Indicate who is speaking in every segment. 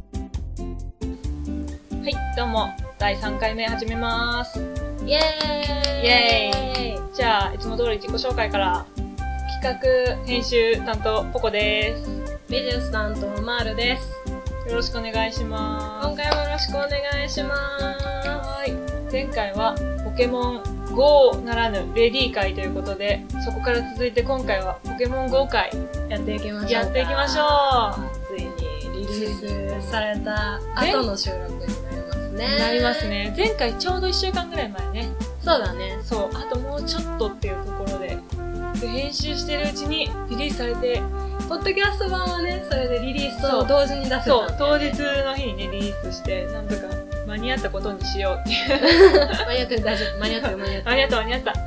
Speaker 1: はい、どうも、第3回目始めます。イ
Speaker 2: イエーイ
Speaker 1: エーイじゃあ、いつも通り自己紹介から、企画編集担当、ポコです。
Speaker 2: 美術担当マールです。
Speaker 1: よろしくお願いします。
Speaker 2: 今回もよろしくお願いしま
Speaker 1: はーい。前回は、ポケモン GO ならぬレディー会ということで、そこから続いて今回は、ポケモン GO 会
Speaker 2: す。やっていきましょう。
Speaker 1: やっていきましょ
Speaker 2: う。ついにリリースされた後の収録になります
Speaker 1: う。
Speaker 2: ね。
Speaker 1: なります。ね。前回ちょうど1週間ぐらい前ね。
Speaker 2: そうだね。
Speaker 1: そう、あともうちょっとっていうところで、で編集してるうちにリリースされて、
Speaker 2: ポッドキャスト版はね、それでリリースと同時に出せたんだ
Speaker 1: そ
Speaker 2: よ
Speaker 1: う
Speaker 2: ね、
Speaker 1: 当日の日にねリリースしてなんとか間に合ったことにしよう っていう
Speaker 2: 間に合ってる、大丈夫。間に合 ってる、間に
Speaker 1: 間に合
Speaker 2: 合って
Speaker 1: った間に合ったポ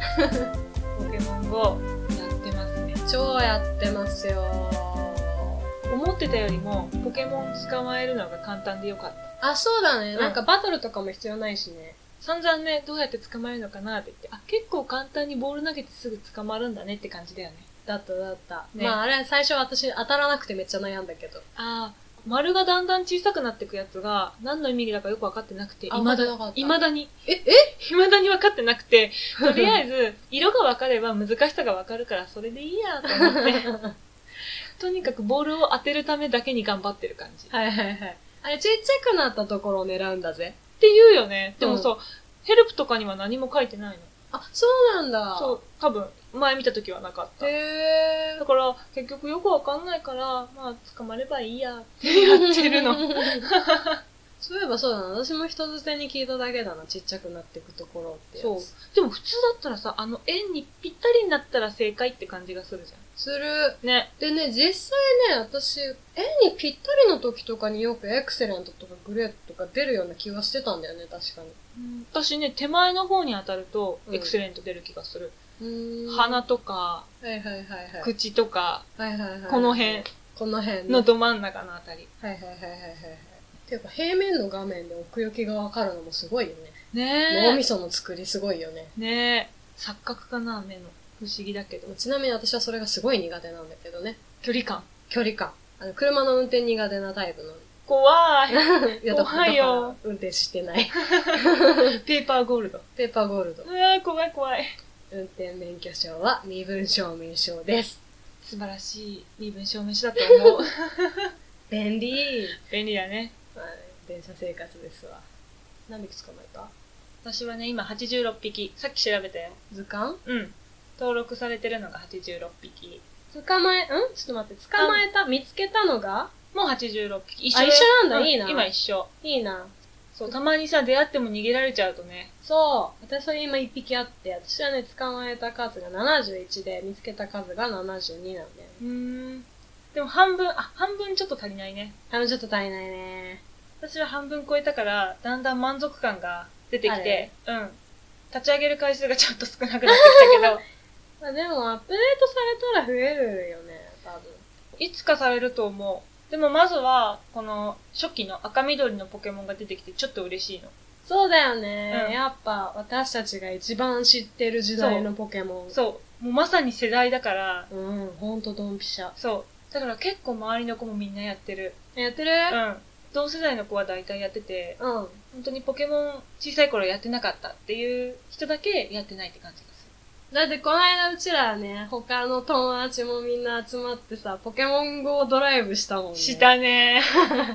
Speaker 1: ケモン GO やってますね
Speaker 2: る。超やってますよ。
Speaker 1: 思ってたよりもポケモン捕まえるのが簡単でよかった
Speaker 2: あ、そうだね。
Speaker 1: うん
Speaker 2: なんかバトルとかも必要ないしね。
Speaker 1: 散々ねどうやって捕まえるのかなって言ってあ結構簡単にボール投げてすぐ捕まるんだねって感じだよね
Speaker 2: だっただった。
Speaker 1: ね
Speaker 2: まああれ最初私当たらなくてめっちゃ悩んだけど。
Speaker 1: ああ丸がだんだん小さくなっていくやつが何の意味だかよく分かってなくて
Speaker 2: あ
Speaker 1: 未
Speaker 2: 分かってなか
Speaker 1: だ
Speaker 2: った
Speaker 1: 未だに
Speaker 2: え、え
Speaker 1: 未だに分かってなくてとりあえ ず、色が分かれば難しさが分かるから、それでいいやと思って。 とにかくボールを当てるためだけに頑張ってる感じ。っ
Speaker 2: はいはいはい。あれ、ちっちゃくなったところを狙うんだぜ。
Speaker 1: て言うよね。でもさ、
Speaker 2: う
Speaker 1: ヘルプとかには何も書いてないの。
Speaker 2: あ、そうなんだ。
Speaker 1: そう、多分、前見た時はなかった。
Speaker 2: へ
Speaker 1: だから、結局よくわかんないから、まあ、捕まればいいや ってやってるの。。
Speaker 2: そういえばそうだな。私も人づてに聞いただけだな。ちっちゃくなっていくところってやつ。
Speaker 1: そう。でも普通だったらさ、あの円にぴったりになったら正解って感じがするじゃ
Speaker 2: する。
Speaker 1: ん。ね。
Speaker 2: でね、実際ね、私、絵にぴったりの時とかによくエクセレントとかグレートとか出るような気はしてたんだよね、確かに。
Speaker 1: 私ね、手前の方に当たると、
Speaker 2: うん
Speaker 1: エクセレント出る気がする。
Speaker 2: うーん
Speaker 1: 鼻
Speaker 2: は
Speaker 1: とか、
Speaker 2: いはいはいはい。
Speaker 1: 口とか、
Speaker 2: はいはいはい。
Speaker 1: この辺。
Speaker 2: この辺ね
Speaker 1: のど真ん中のあたり。
Speaker 2: はいはいはいはいはいはい。ていうか平面の画面で奥行きがわかるのもすごいよね。脳
Speaker 1: ね
Speaker 2: みその作りすごいよね。
Speaker 1: え。ねえ。錯覚かな、目の。不思議だけど。
Speaker 2: ちなみに私はそれがすごい苦手なんだけどね。
Speaker 1: 距離感。
Speaker 2: 距離感。あの、車の運転苦手なタイプ の。
Speaker 1: 怖い。
Speaker 2: いやだから
Speaker 1: 怖いよ
Speaker 2: だから運転してない。
Speaker 1: ペーパーゴールド。
Speaker 2: ペーパーゴールド
Speaker 1: う。わ怖い怖い。
Speaker 2: 運転免許証は身分証明書です。
Speaker 1: 素晴らしい身分証明書だと 思う。
Speaker 2: 便利。
Speaker 1: 便利だね。
Speaker 2: はい。電車生活ですわ。何匹捕まえた
Speaker 1: 私はね、今86匹。さっき調べたよ。
Speaker 2: 図鑑
Speaker 1: うん。登録されてるのが86匹。
Speaker 2: 捕まえ、んちょっと待って、捕まえた、見つけたのが
Speaker 1: もう86匹。一
Speaker 2: あ
Speaker 1: だよ
Speaker 2: 一緒なんだ
Speaker 1: う
Speaker 2: いいな
Speaker 1: 今一緒。
Speaker 2: いいな。
Speaker 1: そう、たまにさ、出会っても逃げられちゃうとね。
Speaker 2: そう。私は今1匹あって、私はね、捕まえた数が71で、見つけた数が72なんだよね。
Speaker 1: うーん。でも半分、あ、半分ちょっと足りないね。
Speaker 2: あの、ちょっと足りないね。
Speaker 1: 私は半分超えたから、だんだん満足感が出てき
Speaker 2: あ
Speaker 1: て
Speaker 2: れ、
Speaker 1: うん。立ち上げる回数がちょっと少なくなってきた けど、
Speaker 2: まあでも、アップデートされたら増えるよね、多分。
Speaker 1: いつかされると思う。でもまずは、この初期の赤緑のポケモンが出てきてちょっと嬉しいの。
Speaker 2: そうだよね。
Speaker 1: うん
Speaker 2: やっぱ、私たちが一番知ってる時代のポケモン。
Speaker 1: そう。もうまさに世代だから、
Speaker 2: う。ん、ほんとドンピシャ。
Speaker 1: そう。だから結構周りの子もみんなやってる。
Speaker 2: やってる
Speaker 1: うん。同世代の子は大体やってて、
Speaker 2: うん。
Speaker 1: 本当にポケモン小さい頃やってなかったっていう人だけやってないって感じがする。
Speaker 2: だってこの間うちらね、他の友達もみんな集まってさ、ポケモン GO ドライブしたもんね。
Speaker 1: し。たね。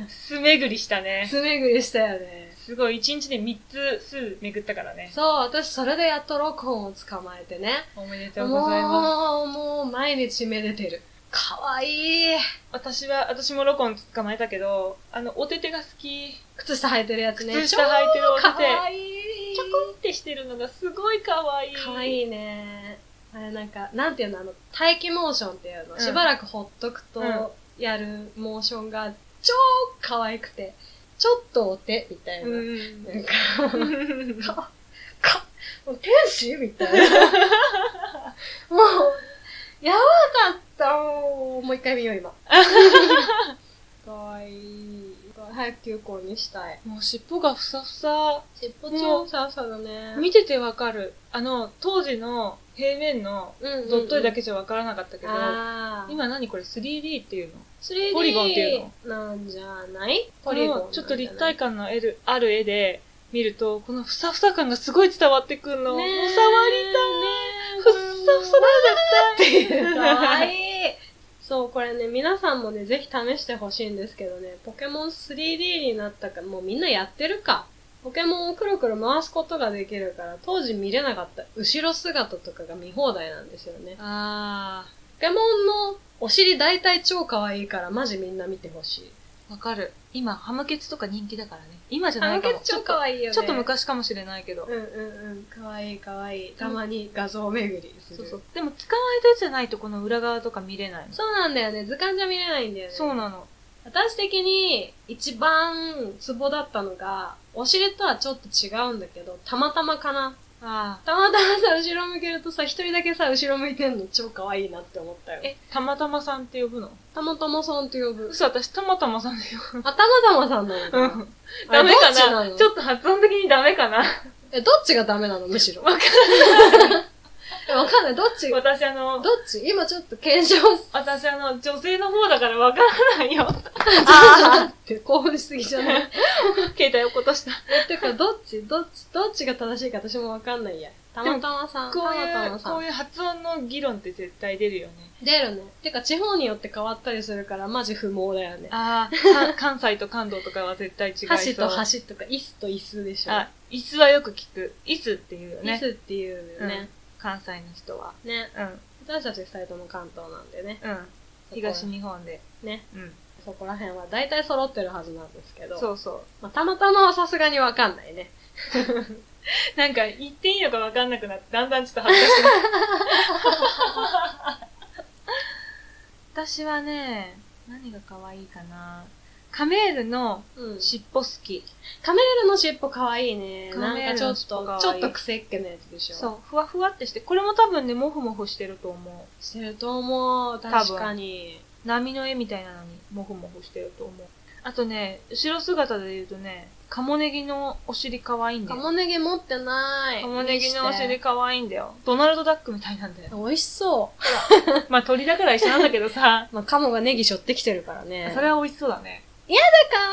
Speaker 1: 素巡りしたね。
Speaker 2: すめぐりしたよね。
Speaker 1: すごい、一日で3つす巡ったからね。
Speaker 2: そう、私それでやっとロコンを捕まえてね。
Speaker 1: おめでと
Speaker 2: も
Speaker 1: うございます。
Speaker 2: う、もう毎日めでてる。かわいい。
Speaker 1: 私は、私もロコン捕まえたけど、あの、お手手が好き。
Speaker 2: 靴下履いてるやつね。
Speaker 1: 靴下履いてるお手手
Speaker 2: 超かわいい。
Speaker 1: ちょこんってしてるのがすごい可愛い。
Speaker 2: かわいいね。あれなんか、なんていうの、あの、待機モーションっていうの。
Speaker 1: うん
Speaker 2: しばらくほっとくと
Speaker 1: うん
Speaker 2: やるモーションが超可愛くて、ちょっとお手みたいな。
Speaker 1: うん。
Speaker 2: なんか、か、か、もう天使みたいな。もう、やば かったもう、もう一回見よう、今。かわいい。早く休校にしたい。
Speaker 1: もう尻尾がふさふさ。
Speaker 2: 尻尾超さあさだね。
Speaker 1: 見ててわかる。あの、当時の平面の
Speaker 2: うん
Speaker 1: ドット絵だ
Speaker 2: け
Speaker 1: けじゃわからなかったけど、
Speaker 2: あー
Speaker 1: 今何これ 3D っていうの
Speaker 2: 3D
Speaker 1: ポリゴンっていう
Speaker 2: なんじゃない
Speaker 1: こ
Speaker 2: ポリゴン
Speaker 1: のちょっと立体感の絵るある絵で見ると、このふさふさ感がすごい伝わってくるの。
Speaker 2: ねえ
Speaker 1: もう触りたい。ふっさふさだよ、絶対。
Speaker 2: か わいい。そう、これね、皆さんもね、ぜひ試してほしいんですけどね、ポケモン 3D になったか、もうみんなやってるか。ポケモンをくるくる回すことができるから、当時見れなかった後ろ姿とかが見放題なんですよね。
Speaker 1: あ
Speaker 2: ポケモンのお尻大体超可愛いから、マジみんな見てほしい。
Speaker 1: ー、わかる。今、ハムケツとか人気だからね。今じゃ
Speaker 2: あ
Speaker 1: ない
Speaker 2: の
Speaker 1: かも。
Speaker 2: ケツ超可愛いよね。
Speaker 1: ちょっと昔かもしれないけど。
Speaker 2: うんうんうん。可愛い可愛い。たまに画像巡りする。
Speaker 1: そうそう。でも、使われたやつじゃないとこの裏側とか見れないの。
Speaker 2: そうなんだよね。図鑑じゃ見れないんだよね。
Speaker 1: そうなの。
Speaker 2: 私的に一番ツボだったのが、お尻とはちょっと違うんだけど、たまたまかな。
Speaker 1: ああ。
Speaker 2: たまたまさ、後ろ向けるとさ、一人だけさ、後ろ向いてんの超可愛いなって思ったよ。
Speaker 1: え、たまたまさんって呼ぶの
Speaker 2: たまたまさんって呼ぶ。
Speaker 1: 嘘、私たまたまさんで呼
Speaker 2: あ、たまたまさんなの
Speaker 1: ぶ。う
Speaker 2: か
Speaker 1: ん
Speaker 2: な。
Speaker 1: ダメ
Speaker 2: あれどっち
Speaker 1: か
Speaker 2: な
Speaker 1: な
Speaker 2: の
Speaker 1: ちょっと発音的にダメかな
Speaker 2: え、どっちがダメなの むしろ。わかんない。わかんない。どっち、どっ
Speaker 1: 私あの、
Speaker 2: ち今ちょっと検証す
Speaker 1: 私あの、女性の方だからわからないよ。
Speaker 2: あ って興奮しすぎじゃない
Speaker 1: 携帯落っことした。
Speaker 2: え、てか、どっち、どっち、どっちが正しいか私もわかんないや。たまたまさん、た
Speaker 1: こ
Speaker 2: ま
Speaker 1: うい
Speaker 2: たま
Speaker 1: う、
Speaker 2: さ。
Speaker 1: こうんいう発音の議論って絶対出るよね。
Speaker 2: 出るね。てか、地方によって変わったりするから、マジ不毛だよね。
Speaker 1: ああ、か関西と関東とかは絶対違いそう。
Speaker 2: 箸と箸とか、椅子と椅子でしょ。
Speaker 1: あ、椅子はよく聞く。椅子っていうよ
Speaker 2: 椅
Speaker 1: ね。
Speaker 2: 子っていうよね。
Speaker 1: 関西の人は。
Speaker 2: ね。
Speaker 1: うん。
Speaker 2: 私たち二人とも関東なんでね。
Speaker 1: うん。東日本で。
Speaker 2: ね。
Speaker 1: うん。
Speaker 2: そこら辺は大体揃ってるはずなんですけど。。
Speaker 1: そううそう。
Speaker 2: まあ、たまたまはさすがにわかんないね。
Speaker 1: なんか、言っていいのかわかんなくなって、だんだんちょっと恥ずかしくなって。私はね、何が可愛いかな。カメールの
Speaker 2: うん
Speaker 1: 尻尾好き。
Speaker 2: カメールの尻尾かわいいね。
Speaker 1: カ
Speaker 2: なん
Speaker 1: メー
Speaker 2: か
Speaker 1: ル
Speaker 2: ちょ
Speaker 1: の
Speaker 2: っ
Speaker 1: 尻尾
Speaker 2: と、
Speaker 1: 可
Speaker 2: ちょ
Speaker 1: 愛い
Speaker 2: っと癖っ気なやつでしょ。
Speaker 1: そう。、ふわふわってして、これも多分ね、もふもふしてると思
Speaker 2: してると思う。確かに。
Speaker 1: う。波の絵みたいなのに、もふもふしてると思う。あとね、後ろ姿で言うとね、カモネギのお尻可愛いんだ
Speaker 2: カ
Speaker 1: よ。
Speaker 2: モネギ持ってない。
Speaker 1: カモネギのお尻
Speaker 2: 見して
Speaker 1: 可愛いんだよ。ドナルドダックみたいなんだよ。
Speaker 2: 美味しそ
Speaker 1: まあ鳥だから一緒なんだけどさ、
Speaker 2: う。まあ、カモがネギ背負ってきてるからね。
Speaker 1: それは美味しそうだね。
Speaker 2: かわ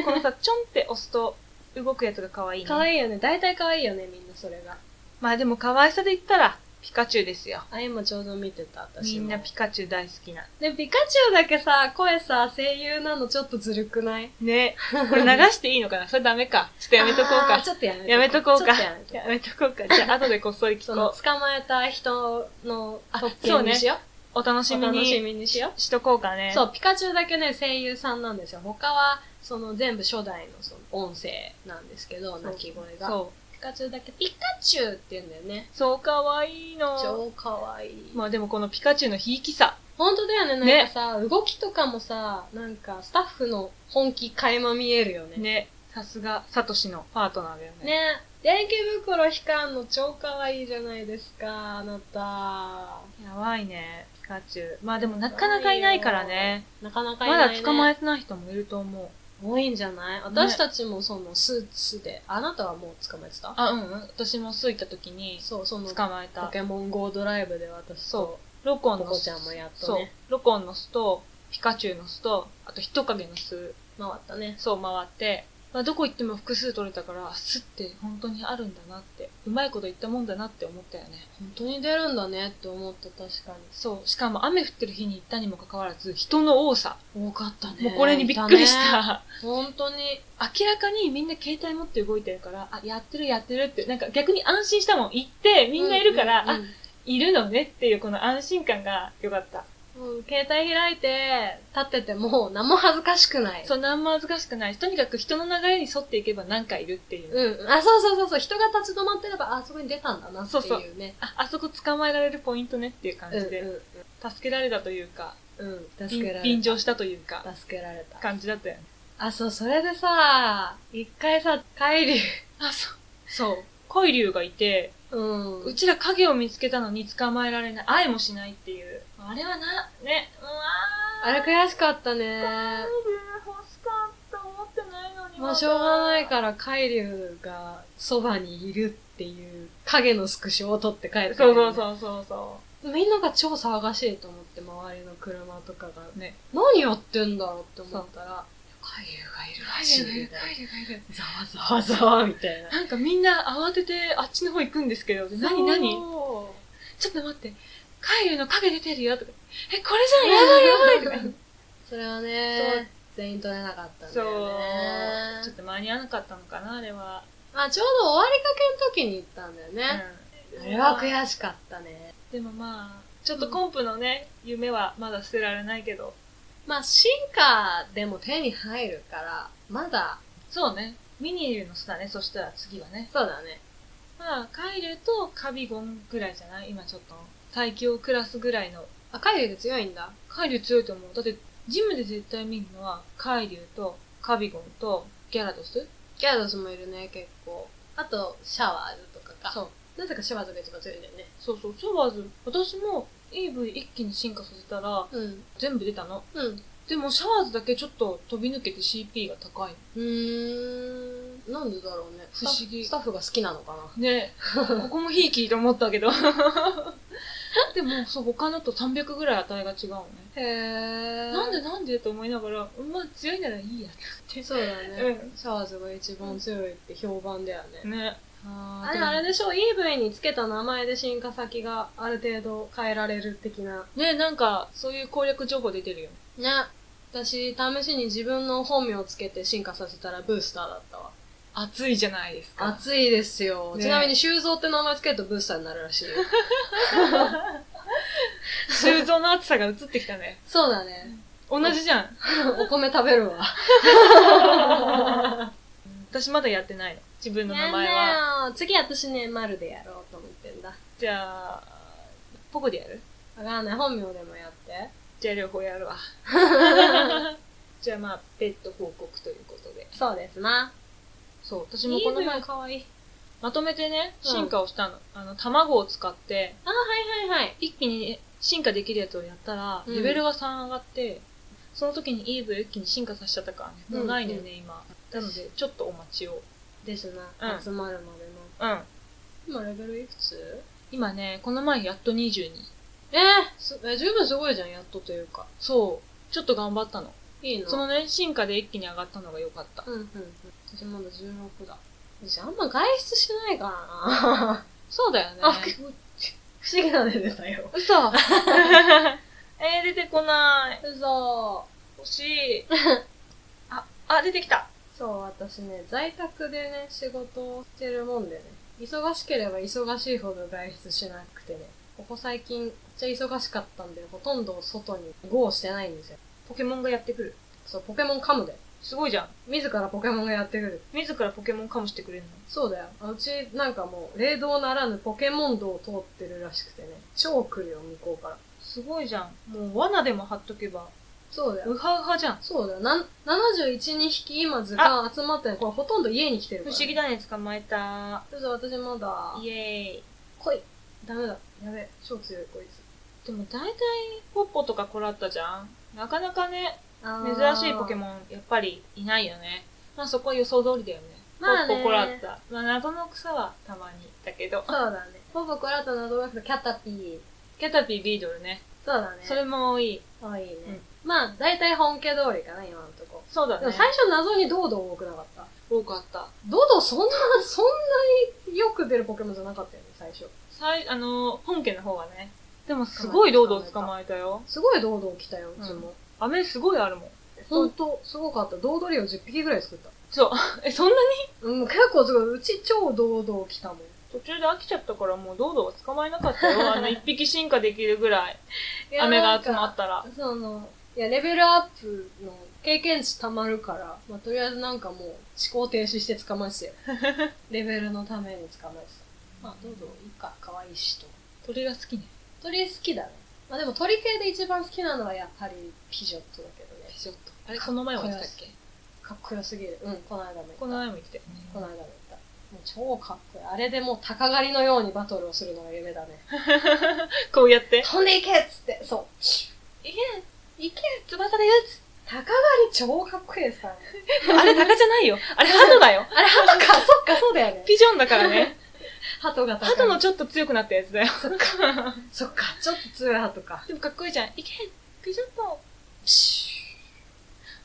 Speaker 2: い
Speaker 1: このさ、ちょんって押すと動くやつが可愛い
Speaker 2: い。
Speaker 1: ね。
Speaker 2: かわいいよね。大体かわいいよね、みんなそれが。
Speaker 1: まあでも可愛さで言ったら、ピカチュウですよ。
Speaker 2: あ、今ちょうど見てた、私
Speaker 1: み
Speaker 2: も。
Speaker 1: んなピカチュウ大好きな。
Speaker 2: で、ピカチュウだけさ、声さ、声優なのちょっとずるくない
Speaker 1: ね。これ流していいのかなそれダメか。ちょっとやめとこう
Speaker 2: あー
Speaker 1: か。
Speaker 2: ちょっとやめとこう。
Speaker 1: やめとこう
Speaker 2: ちょ
Speaker 1: か。
Speaker 2: っとやめとこ
Speaker 1: やめとこうか。じゃあ後でこっ そり
Speaker 2: う。
Speaker 1: 聞
Speaker 2: その、
Speaker 1: こ
Speaker 2: 捕まえた人の
Speaker 1: あ
Speaker 2: 特
Speaker 1: そう
Speaker 2: 権
Speaker 1: ね
Speaker 2: にしよ
Speaker 1: う。お楽
Speaker 2: う。
Speaker 1: し
Speaker 2: お
Speaker 1: み
Speaker 2: 楽し
Speaker 1: に
Speaker 2: みにしよう。
Speaker 1: しとこうかね。
Speaker 2: そう、ピカチュウだけね、声優さんなんですよ。他は、その全部初代のその音声なんですけど、
Speaker 1: そう
Speaker 2: 鳴き声が。
Speaker 1: そう。
Speaker 2: ピカチュウだけ、ピカチュウって言うんだよね。
Speaker 1: そう可愛いの。
Speaker 2: 超かわいい。
Speaker 1: まあでもこのピカチュウのひいきさ。
Speaker 2: 本当だよね、
Speaker 1: ね
Speaker 2: なんかさ、動きとかもさ、なんかスタッフの本気垣間見えるよね。ね。
Speaker 1: ね。さすが、サトシのパートナーだよね。
Speaker 2: 電気袋光んの超かわいいじゃないですか、あなた。
Speaker 1: やばいね、ピカチュウ。まあでもなかなかいないからね。
Speaker 2: なかなかい
Speaker 1: ま
Speaker 2: な
Speaker 1: だ
Speaker 2: い、ね。
Speaker 1: 捕ま
Speaker 2: え
Speaker 1: えてない人もいると思う。
Speaker 2: 多いんじゃない私たちもそのスーツで、あなたはもう捕まえてた
Speaker 1: あ、うん、うん。私もスイ行った時に
Speaker 2: そう、その、
Speaker 1: 捕まえ
Speaker 2: ポ
Speaker 1: た。
Speaker 2: ケモン GO ドライブで私
Speaker 1: そ
Speaker 2: と、
Speaker 1: ロコン
Speaker 2: ポ
Speaker 1: の
Speaker 2: コち
Speaker 1: 巣
Speaker 2: ゃんもやっと
Speaker 1: そう
Speaker 2: ね、。
Speaker 1: ロコンの巣と、ピカチュウの巣と、あと人影の巣、
Speaker 2: 回ったね。
Speaker 1: そう回って、まあ、どこ行っても複数取れたから、あ巣って本当にあるんだなって、うまいこと言ったもんだなって思ったよね。
Speaker 2: 本当に出るんだねって思った、確か
Speaker 1: そう。しかも雨降ってる日に行ったにもかかわらず、人の多さ。
Speaker 2: に。多かったね。
Speaker 1: もうこれにびっくりし
Speaker 2: いね。
Speaker 1: た。
Speaker 2: 本当に。
Speaker 1: 明らかにみんな携帯持って動いてるから、あ、やってるやってるって、なんか逆に安心したもん。行って、みんないるから、
Speaker 2: うんうんうん
Speaker 1: あ、いるのねっていうこの安心感が良かった。
Speaker 2: うん、携帯開いて、立ってても、何も恥ずかしくない。
Speaker 1: そう、なんも恥ずかしくない。とにかく人の流れに沿っていけば何かいるっていう。
Speaker 2: うん。あ、そうそうそうそう。人が立ち止まってれば、あ、あそこに出たんだなって
Speaker 1: そうそう
Speaker 2: いうね。
Speaker 1: あ、あそこ捕まえられるポイントねっていう感じで、
Speaker 2: うん
Speaker 1: 助けられたというか、
Speaker 2: うんうん。うん。助
Speaker 1: 臨
Speaker 2: けられた。
Speaker 1: 臨場したというか、
Speaker 2: 助けられた。
Speaker 1: 感じだったよね。
Speaker 2: あ、そう、それでさ、一回さ、帰り。
Speaker 1: あ、そう。そう。コイリュウがいて、
Speaker 2: うん。
Speaker 1: うちら影を見つけたのに捕まえられない、愛もしないっていう。あれはな、ね、うわー。
Speaker 2: あれ悔しかったね。
Speaker 1: 欲しかっ
Speaker 2: まあしょうがないから、海流がそばにいるっていう影のスクショを撮って帰って
Speaker 1: そうそうそうそうそ
Speaker 2: みんなが超騒がしいと思って、周りの車とかが。
Speaker 1: う。ね。
Speaker 2: 何やってんだろうって思ったら、海流がい るらしい
Speaker 1: がい
Speaker 2: み
Speaker 1: る
Speaker 2: たいな。
Speaker 1: がいる。
Speaker 2: ざわざわざわみた いな。
Speaker 1: なんかみんな慌ててあっちの方行くんですけど、何何
Speaker 2: そ
Speaker 1: ちょっと待って、カイルの影出てるよとか、え、これじゃん、やばいやばいとか言って。
Speaker 2: うそれはね、全員撮れなかったんだよね。
Speaker 1: ちょっと間に合わなかったのかな、あれは。
Speaker 2: まあちょうど終わりかけの時に行ったんだよね。あれは悔しかったね。
Speaker 1: でもまあ、ちょっとコンプのね、夢はまだ捨てられないけど。
Speaker 2: まあ進化でも手に入るから、まだ、
Speaker 1: そうね。ミニルの巣だね、そしたら次はね。
Speaker 2: そうだね。
Speaker 1: まあ、カイルとカビゴンぐらいじゃない今ちょっと。最強クラスぐらいの。
Speaker 2: あ、海流で強いんだ。
Speaker 1: カイル強いと思う。だって、ジムで絶対見るのは、カイリュウとカビゴンとギャラドス
Speaker 2: ギャラドスもいるね、結構。あと、シャワーズとかか。
Speaker 1: そう。
Speaker 2: なぜかシャワーズが一番強いんだよね。
Speaker 1: そうそう、シャワーズ。私も EV 一気に進化させたら、
Speaker 2: うん。
Speaker 1: 全部出たの。
Speaker 2: うん。
Speaker 1: でもシャワーズだけちょっと飛び抜けて CP が高いの。
Speaker 2: うーん。なんでだろうね。
Speaker 1: 不思議
Speaker 2: スタッフスタッフが好きなのかな。
Speaker 1: ね ここもひいきと思ったけど。 でも、そう、他のと300ぐらい値が違うのね。
Speaker 2: へえ
Speaker 1: なんでなんでと思いながら、まあ強いならいいやって。
Speaker 2: そうだね。
Speaker 1: う
Speaker 2: シャワーズが一番強いって評判だよね。
Speaker 1: ね。
Speaker 2: あれあれでしょ ?EV につけた名前で進化先がある程度変えられる的な。
Speaker 1: ね、なんか、そういう攻略情報出てるよ。
Speaker 2: ね。私、試しに自分の本名をつけて進化させたらブースターだったわ。
Speaker 1: 熱いじゃないですか。
Speaker 2: 熱いですよ。
Speaker 1: ね
Speaker 2: ちなみに修造って名前つけるとブースターになるらしいよ。
Speaker 1: 修造の熱さが映ってきたね。
Speaker 2: そうだね。
Speaker 1: 同じじゃん。
Speaker 2: お米食べるわ。
Speaker 1: 私まだやってないの。自分の名前は。
Speaker 2: やんだよ。次私ね、マルでやろうと思ってんだ。
Speaker 1: じゃあ、ポコでやる
Speaker 2: わかんない。本名でもやって。
Speaker 1: じゃあ両方やる わ。じゃあまあ、ペット報告ということで。
Speaker 2: そうですな。
Speaker 1: そう、私もこの前
Speaker 2: かわいい。
Speaker 1: まとめてね、
Speaker 2: うん
Speaker 1: 進化をしたの。あの、卵を使って、
Speaker 2: あ、はいはいはい。
Speaker 1: 一気に進化できるやつをやったら、
Speaker 2: うん
Speaker 1: レベルが3上がって、その時にイーブ一気に進化させちゃったからね。もうないのよね、今。なので、ちょっとお待ちを。
Speaker 2: です
Speaker 1: う
Speaker 2: な。
Speaker 1: ん
Speaker 2: 集まるまでの。
Speaker 1: うん。
Speaker 2: 今レベルいくつ
Speaker 1: 今ね、この前やっと22。
Speaker 2: えーすえ、十分すごいじゃん、やっとというか。
Speaker 1: そう。ちょっと頑張ったの。
Speaker 2: いいの
Speaker 1: そのね、進化で一気に上がったのが良かった。
Speaker 2: うんうんうん。私まだ16だ。私あんま外出しないか らな。
Speaker 1: そうだよね。
Speaker 2: あ、不思議なの出たよ。
Speaker 1: 嘘 えー、出てこない。
Speaker 2: 嘘。
Speaker 1: 欲し い。あ、あ、出てきた。
Speaker 2: そう、私ね、在宅でね、仕事をしてるもんでね、忙しければ忙しいほど外出しなくてね、ここ最近、めっちゃ忙しかったんで、ほとんど外にゴーしてないんですよ。
Speaker 1: ポケモンがやってくる。
Speaker 2: そう、ポケモンカムで。
Speaker 1: すごいじゃん。
Speaker 2: 自らポケモンがやってくる。
Speaker 1: 自らポケモンかもしてくれるの。
Speaker 2: そうだよ。あうち、なんかもう、霊道ならぬポケモン道を通ってるらしくてね、超来るよ、向こうから。
Speaker 1: すごいじゃん。もう罠でも貼っとけば、
Speaker 2: そうだよ。
Speaker 1: ウハウハじゃん。
Speaker 2: そうだよ。なん、71、2匹今図鑑集まってるこれほとんど家に来て
Speaker 1: 不
Speaker 2: るから。
Speaker 1: 思議だね、捕まえた。
Speaker 2: そうだ。私まだ。
Speaker 1: イエーイ。
Speaker 2: 来い。ダメだ。やべえ。超強いこいつ。
Speaker 1: でも大体、ポッポとかコラッタじゃん。なかなかね、珍しいポケ
Speaker 2: ン。
Speaker 1: モン、やっぱりいないよね。まあそこは予想通りだよね。
Speaker 2: まあね
Speaker 1: ポッポコラッタ。まあ謎の草はたまにだけ ど
Speaker 2: そ。うだね。ポポコラとナドバクとキャタピー。
Speaker 1: キャタピー、ビードルね。
Speaker 2: そうだね。
Speaker 1: それも多い。
Speaker 2: かわいいね。
Speaker 1: うん
Speaker 2: まあ、だいたい本家通りかな、今のとこ。
Speaker 1: そうだ
Speaker 2: でも
Speaker 1: ね。
Speaker 2: 最初謎にドードー多くなかった。
Speaker 1: 多かった。
Speaker 2: ドドそんな、そんなによく出るポケモンじゃなかったよね、最初。
Speaker 1: 最、あの、本家の方はね。でもすごいロードを捕まえたよ。
Speaker 2: すごいドードー来たよ、うちも。
Speaker 1: 飴すごいあるもん。
Speaker 2: ほんと、すごかった。ドードリを10匹ぐらい作った。
Speaker 1: そう。え、そんなに
Speaker 2: うん、結構すごい。うち超ドードー来たもん。
Speaker 1: 途中で飽きちゃったからもうドードは捕まえなかった よ。あの、一匹進化できるぐらい。飴が集まったら。
Speaker 2: その、いや、レベルアップの経験値溜まるから、まあ、とりあえずなんかもう思考停止して捕まえ てたよ。レベルのために捕まえてた。まあ、どうぞ、いいか、可愛いしと。
Speaker 1: 鳥が好きね。
Speaker 2: 鳥好きだね。まあでも鳥系で一番好きなのはやっぱりピジョットだけどね。
Speaker 1: ちょっと。あれ、この前も言ってたっけ
Speaker 2: かっこよすぎる。うん、この間も言った。
Speaker 1: この前も言ってたよね。
Speaker 2: この間も言った。もう超かっこいい。あれでもう鷹狩りのようにバトルをするのが夢だ ね。
Speaker 1: こうやって。
Speaker 2: 飛んでいけっつって、そう。
Speaker 1: いけ、いけ、翼で打つ。
Speaker 2: 鷹狩り超超かっこいいですからね。
Speaker 1: あれ、鷹じゃないよ。あれ、鳩だよ。
Speaker 2: あれ、ハトか、 そっか、そうだよね。
Speaker 1: ピジョンだから ね。
Speaker 2: ハトが高い
Speaker 1: 鳩のちょっと強くなったやつだよ。
Speaker 2: そっか、ちょっと強いハトか。
Speaker 1: でもかっこいいじゃん。いけピジョンと。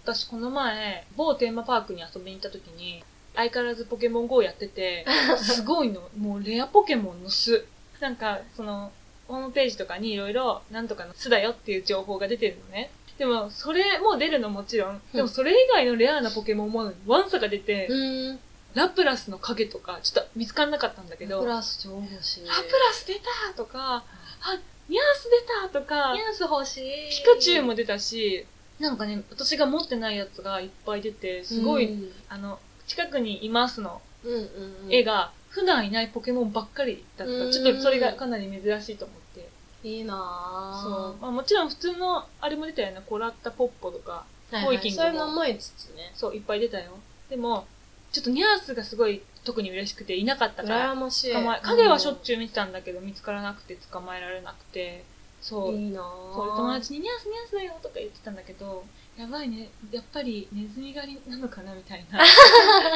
Speaker 1: 私、この前、某テーマパークに遊びに行った時に、相変わらずポケモン GO やって て、すごいの。もうレアポケモンの巣。なんか、その、ホームページとかにいろいろ、なんとかの巣だよっていう情報が出てるのね。でも、それも出るのもちろん。でも、それ以外のレアなポケモンも、ワンサが出て、
Speaker 2: ーん。
Speaker 1: ラプラスの影とか、ちょっと見つからなかったんだけど、
Speaker 2: プラス超欲しい。
Speaker 1: あ、プラス出たとか、あ、ニャース出たとか
Speaker 2: ニ、ャンス欲しい。
Speaker 1: ピカチュウも出たし、なんかね、私が持ってないやつがいっぱい出て、すごい、
Speaker 2: うん
Speaker 1: あの、近くにいますの
Speaker 2: うんうんうん。
Speaker 1: 絵が、普段いないポケモンばっかりだった。
Speaker 2: うん
Speaker 1: ちょっとそれがかなり珍しいと思って。
Speaker 2: いいな
Speaker 1: そう。まあもちろん普通の、あれも出たよね。コラッタポッポとか、
Speaker 2: う。はい
Speaker 1: ポ
Speaker 2: は
Speaker 1: イキ
Speaker 2: い、
Speaker 1: ング
Speaker 2: そ
Speaker 1: も
Speaker 2: ういうのもいつつね。
Speaker 1: そう、いっぱい出たよ。でも、ちょっとニャースがすごい特に嬉しくて、いなかったから。
Speaker 2: 羨ましい。
Speaker 1: 捕まえ、影はしょっちゅう見てたんだけど、見つからなくて捕まえられなくて、そう。
Speaker 2: いいな
Speaker 1: そう友達にニャースニャースだよとか言ってたんだけど、やばいね、やっぱりネズミ狩りなのかなみたい な。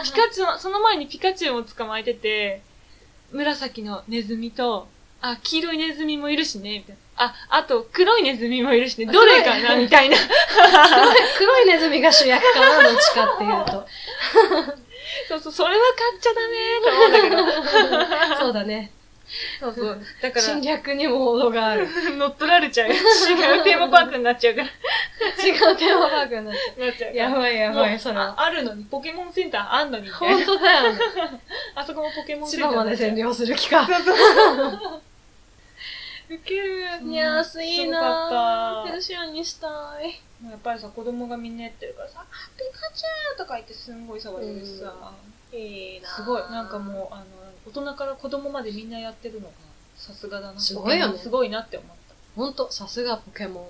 Speaker 1: ピカチュウ、その前にピカチュウも捕まえてて、紫のネズミと、あ、黄色いネズミもいるしね、みたいな。あ、あと黒いネズミもいるしね、どれかなみたいな。
Speaker 2: すごい黒いネズミが主役かな、どっちかっていうと。
Speaker 1: そうそう、それは買っちゃダメーと思うんだ
Speaker 2: そうだね。
Speaker 1: け ど。そうそう。だか
Speaker 2: 侵略にも程がある。違う
Speaker 1: ら、乗っ取られちゃうよ。違うテーマパークになっちゃうから。
Speaker 2: テーマパークになっちゃ
Speaker 1: なっちゃ
Speaker 2: う。
Speaker 1: うから。
Speaker 2: やばいやばい、それ
Speaker 1: あ
Speaker 2: は。
Speaker 1: あるのに、ポケモンセンターあんのに、ね。
Speaker 2: 本当だ よね。
Speaker 1: あそこもポケモンセ
Speaker 2: 千
Speaker 1: ンター
Speaker 2: 葉まで占
Speaker 1: 領。
Speaker 2: 領する気か。ウケる。
Speaker 1: うん
Speaker 2: ニャースいい
Speaker 1: すごか
Speaker 2: な
Speaker 1: った
Speaker 2: ペルシアンにしたい。
Speaker 1: もうやっぱりさ、子供がみんなやってるからさ、あピカチュウとか言ってすんごい騒いでるしさ、
Speaker 2: いいな
Speaker 1: すごい、なんかもう、あの、大人から子供までみんなやってるのが、さすがだな。
Speaker 2: すごいよね
Speaker 1: すごいなって思った。
Speaker 2: う。ほんと、さすがポケモン。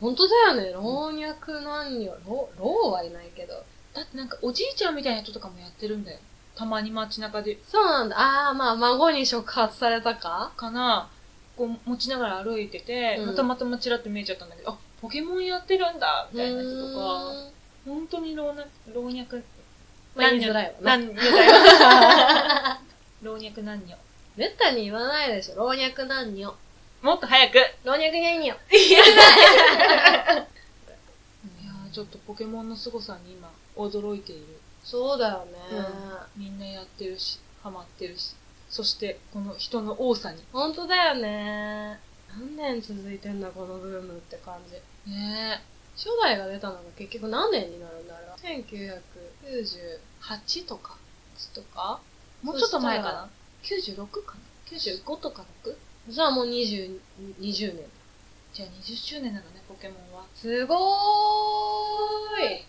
Speaker 2: ほんとだよね。老若男女。老、老はいないけど。
Speaker 1: だってなんかおじいちゃんみたいな人とかもやってるんだよ。たまに街中で、
Speaker 2: そうなんだ。ああ、まあ、孫に触発されたか
Speaker 1: かな、こう持ちながら歩いてて、
Speaker 2: うん
Speaker 1: またまたまちらっと見えちゃったんだけど、あ、ポケモンやってるんだみたいな人とか、
Speaker 2: うーん
Speaker 1: 本当に老若、老若、
Speaker 2: まあ、言いづらいわ な。
Speaker 1: 何女だよ。老若男女。
Speaker 2: めったに言わないでしょ。老若男女。
Speaker 1: もっと早く。いや
Speaker 2: 老若男女。
Speaker 1: ーちょっとポケモンの凄さに今、驚いている。
Speaker 2: そうだよね。
Speaker 1: みんなやってるし、ハマってるし。そして、この人の多さに。
Speaker 2: ほんとだよね。何年続いてんだ、このブームって感じ。
Speaker 1: ね
Speaker 2: 初代が出たのが結局何年になるんだろう。1998とか ?8 とか
Speaker 1: え。もうちょっと前か
Speaker 2: そ
Speaker 1: な ?96 かな ?95 とか 6?
Speaker 2: じゃあもう20、20年。
Speaker 1: じゃあ20周年なのね、ポケモンは。
Speaker 2: すごーい。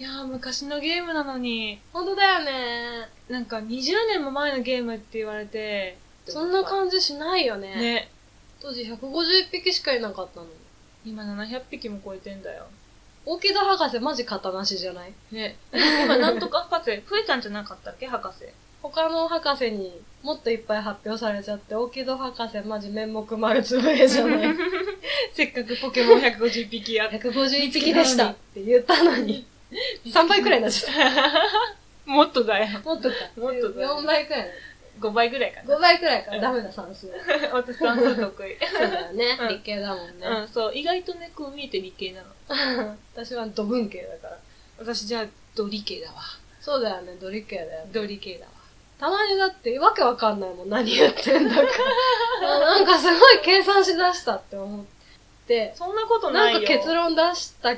Speaker 1: いやー、昔のゲームなのに、
Speaker 2: ほんとだよね。
Speaker 1: なんか20年も前のゲームって言われて、
Speaker 2: そんな感じしないよね。
Speaker 1: じ。ね。
Speaker 2: 当時151匹しかいなかったのに。
Speaker 1: 今700匹も超えてんだよ。
Speaker 2: 沖田博士マジ型なしじゃない
Speaker 1: ね。今なんとか博士、増えたんじゃなかったっけ博士。
Speaker 2: 他の博士にもっといっぱい発表されちゃって、沖田博士マジ面目丸つぶれじゃない
Speaker 1: せっかくポケモン150匹や
Speaker 2: ?151 匹でしたって言ったのに、3倍くらいになっちゃっ
Speaker 1: もっとだよ。
Speaker 2: た。もっとか。
Speaker 1: もっとだよ
Speaker 2: 4倍くらい。
Speaker 1: 5倍ぐらいかな。
Speaker 2: 5倍くらいか。ダメだ算数。そう
Speaker 1: 私算数得意。
Speaker 2: だよね
Speaker 1: うん。
Speaker 2: 理系だもん
Speaker 1: う
Speaker 2: ね。
Speaker 1: ん、そう。意外とね、こう見えて理系なの。
Speaker 2: 私は土文系だから。
Speaker 1: 私じゃあ、ドリ系だわ。
Speaker 2: そうだよね、ドリ系だよね。
Speaker 1: ドリ系だわ。
Speaker 2: たまにだって、わけわかんないもん、何言ってんだか。あなんかすごい計算しだしたって思って、
Speaker 1: そんなことな
Speaker 2: ない
Speaker 1: よ。
Speaker 2: んか結論出した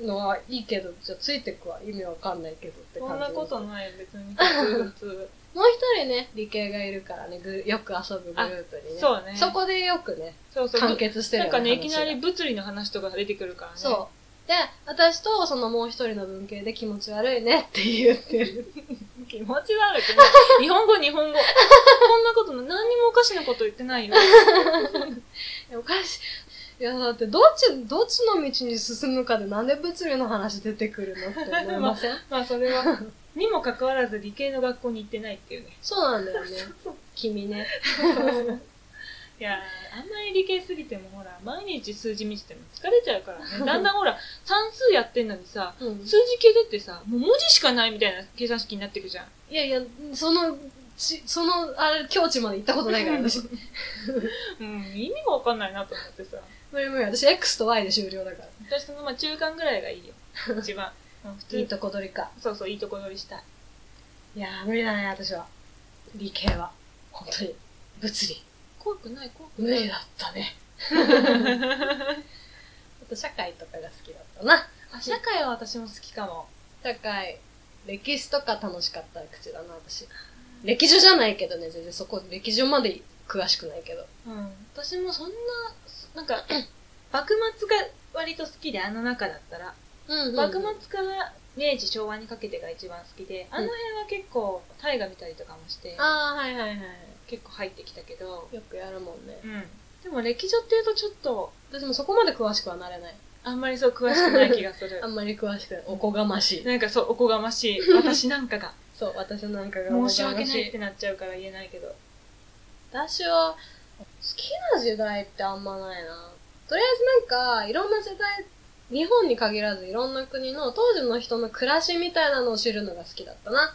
Speaker 2: のはいいけど、じゃあついてくわ、意味わかんないけどって感
Speaker 1: そ
Speaker 2: じ。
Speaker 1: んなこと
Speaker 2: もう
Speaker 1: ないよ、別に。普通、普 通。
Speaker 2: 一人ね、理系がいるからね、ぐよく遊ぶグループにね。
Speaker 1: そうね。
Speaker 2: そこでよくね、
Speaker 1: そうそう。
Speaker 2: 完結してる
Speaker 1: な
Speaker 2: よ
Speaker 1: んかね、いきなり。物理の話とか出てくるからね。
Speaker 2: 話がそう。で、私とそのもう一人の文系で気持ち悪いねって言っ てる。
Speaker 1: 気持ち悪くない。日本語、日本語。こんなことな、何にもおかしなこと言ってないよ。
Speaker 2: おかしい。いや、だって、どっち、どっちの道に進むかでなんで物理の話出てくるのって思いません
Speaker 1: まあそれは、にもかかわらず理系の学校に行ってないっていうね。
Speaker 2: そうなんだよね。君ね。
Speaker 1: いやー、あんまり理系すぎてもほら、毎日数字見てても疲れちゃうから ね。だんだんほら、算数やってんのにさ、
Speaker 2: うん
Speaker 1: 数字系だってさ、もう文字しかないみたいな計算式になってくじゃん。
Speaker 2: いやいや、その、ちその、あれ、境地まで行ったことない から、私。
Speaker 1: うん、意味がわかんないなと思ってさ。
Speaker 2: 無理無理。私、X と Y で終了だから。
Speaker 1: 私そのまあ中間ぐらいがいいよ。一番。うん普通
Speaker 2: いいとこ取りか。
Speaker 1: そうそう、いいとこ取りしたい。
Speaker 2: いやー、無理だね、私は。理系は。本当に。物理。
Speaker 1: 怖くない、怖く
Speaker 2: 無
Speaker 1: ない。
Speaker 2: 理だったね。 あと、社会とかが好きだったな。
Speaker 1: あ社会は私も好きかも。
Speaker 2: 社会、歴史とか楽しかった口だな、私。歴史じゃないけどね、全然そこ、歴史まで詳しくないけど。
Speaker 1: うん。私もそんな、なんか、 幕末が割と好きで、あの中だったら。
Speaker 2: うん、
Speaker 1: 幕末から明治昭和にかけてが一番好きで、あの辺は結構大河見たりとかもして、
Speaker 2: ああ、はいはいはい。
Speaker 1: 結構入ってきたけど、
Speaker 2: よくやるもんね
Speaker 1: う。ん。でも歴女っていうとちょっと、
Speaker 2: 私もそこまで詳しくはなれない。
Speaker 1: あんまりそう詳しくない気がする
Speaker 2: あ。んまり詳しくない。おこがましい。
Speaker 1: なんかそう、おこがましい。私なんかが。
Speaker 2: そう、私なんかが おこがま
Speaker 1: 申
Speaker 2: しい。
Speaker 1: し訳ないってなっちゃうから言えないけど。
Speaker 2: 私は、好きな時代ってあんまないな。とりあえずなんか、いろんな世代、日本に限らずいろんな国の当時の人の暮らしみたいなのを知るのが好きだったな。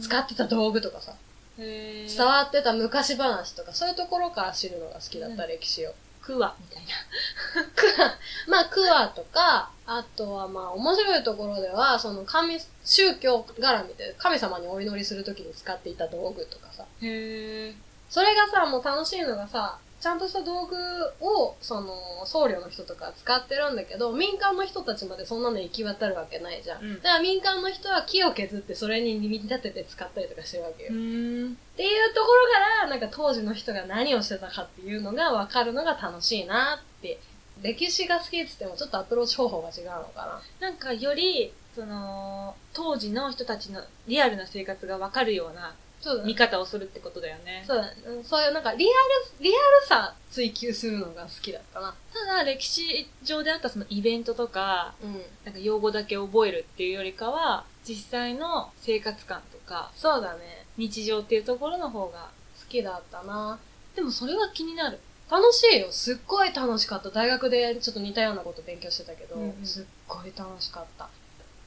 Speaker 2: 使
Speaker 1: っ
Speaker 2: ってた道具とかさ、
Speaker 1: へ
Speaker 2: 伝わってた昔話とか、そういうところから知るのが好きだった、
Speaker 1: うん
Speaker 2: 歴史を。
Speaker 1: くわ、みたいな。
Speaker 2: クワ、まあ、クワとか、あとはまあ、面白いところでは、その神、宗教絡みで神様にお祈りするときに使っていた道具とかさ、
Speaker 1: へえ。
Speaker 2: それがさ、もう楽しいのがさ、ちゃんとした道具を、その、僧侶の人とか使ってるんだけど、民間の人たちまでそんなの行き渡るわけないじゃん。
Speaker 1: うん
Speaker 2: だから民間の人は木を削って、それに見立てて使ったりとかしてるわけよ。
Speaker 1: う
Speaker 2: っ
Speaker 1: ーん。
Speaker 2: ていうところから、なんか当時の人が何をしてたかっていうのが分かるのが楽しいなって。歴史が好きって言っても、ちょっとアプローチ方法が違うのか
Speaker 1: なんかより、その、当時の人たちのリアルな生活がわかるような
Speaker 2: な。そうだ
Speaker 1: 見
Speaker 2: ね。
Speaker 1: 方をするってことだよね。
Speaker 2: そうだね。うんそういうなんかリアル、リアルさ追求するのが好きだったな。
Speaker 1: ただ、歴史上であったそのイベントとか、
Speaker 2: うん。
Speaker 1: なんか用語だけ覚えるっていうよりかは、実際の生活感とか、
Speaker 2: そうだね。
Speaker 1: 日常っていうところの方が、
Speaker 2: 好きだったな
Speaker 1: でもそれは気になる。
Speaker 2: 楽しいよすっごい楽しかった大学でちょっと似たようなこと勉強してたけど、
Speaker 1: うんうん
Speaker 2: すっごい楽しかった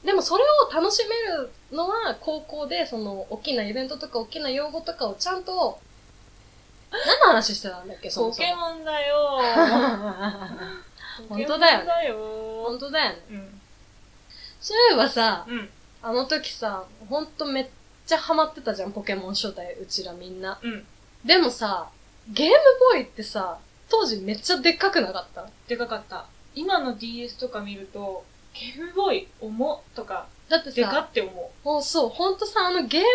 Speaker 2: でもそれを楽しめるのは高校でその大きなイベントとか大きな用語とかをちゃんと何の話してたんだっけそ
Speaker 1: ポ
Speaker 2: もそも
Speaker 1: ケモン だよポケモンだ
Speaker 2: 本当だよね本
Speaker 1: よ
Speaker 2: 当だよね
Speaker 1: うん。
Speaker 2: そういえばさ
Speaker 1: うん。
Speaker 2: あの時さ本当めっちゃハマってたじゃんポケモン初代うちらみんな
Speaker 1: うん。
Speaker 2: でもさゲームボーイってさ当時めっちゃでっかくなかった
Speaker 1: でかかった。今の DS とか見ると、ゲームボーイ、重っとか、
Speaker 2: だってさ
Speaker 1: でかって思
Speaker 2: もうそう、ほんとさ、あのゲーム、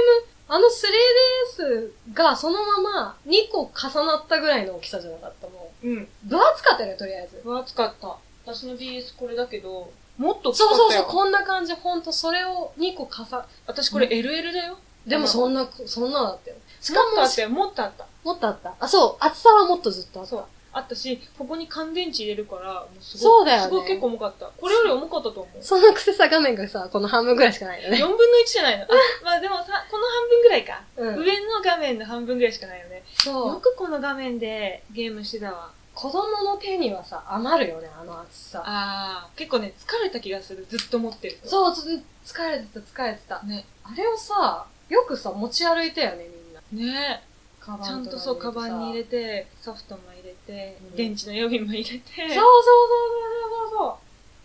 Speaker 2: あの 3DS がそのまま2個重なったぐらいの大きさじゃなかった、も
Speaker 1: う。うん。
Speaker 2: う。分厚かったよね、とりあえず。
Speaker 1: 分厚かった。私の DS これだけど、もっと
Speaker 2: そうそうそう、
Speaker 1: う。
Speaker 2: こんな感じ、ほんとそれを2個重、
Speaker 1: 私これ LL だよ。
Speaker 2: でもそんな、そんなだったよ。しかも
Speaker 1: もっとあったよ、もっとあった。
Speaker 2: もっとあった。あ、そう、厚さはもっとずっとあった。
Speaker 1: そう。あったし、ここに乾電池入れるから、もうすごい。
Speaker 2: そうだよね
Speaker 1: すごい結構重かった。これより重かったと思う。
Speaker 2: そのくせさ、画面がさ、この半分ぐらいしかないよ
Speaker 1: 4
Speaker 2: ね。
Speaker 1: 分の1じゃないの。あ、まあでもさ、この半分ぐらいか。
Speaker 2: うん
Speaker 1: 上の画面の半分ぐらいしかないよね。
Speaker 2: そ
Speaker 1: よ
Speaker 2: う。
Speaker 1: くこの画面でゲームしてたわ。
Speaker 2: 子供の手にはさ、余るよね、あの厚さ。
Speaker 1: あー、結構ね、疲れた気がする。ずっと持ってると。
Speaker 2: そう、つ疲れてた、疲れてた。
Speaker 1: ね。
Speaker 2: あれをさ、よくさ、持ち歩いたよね、みんな。
Speaker 1: ね
Speaker 2: カバン
Speaker 1: ちゃんとそう、カバンに入れ
Speaker 2: て
Speaker 1: て、ソフトも入れて、
Speaker 2: うん
Speaker 1: 電池の予備も入れて。
Speaker 2: さ。そうそうそうそうそうそう。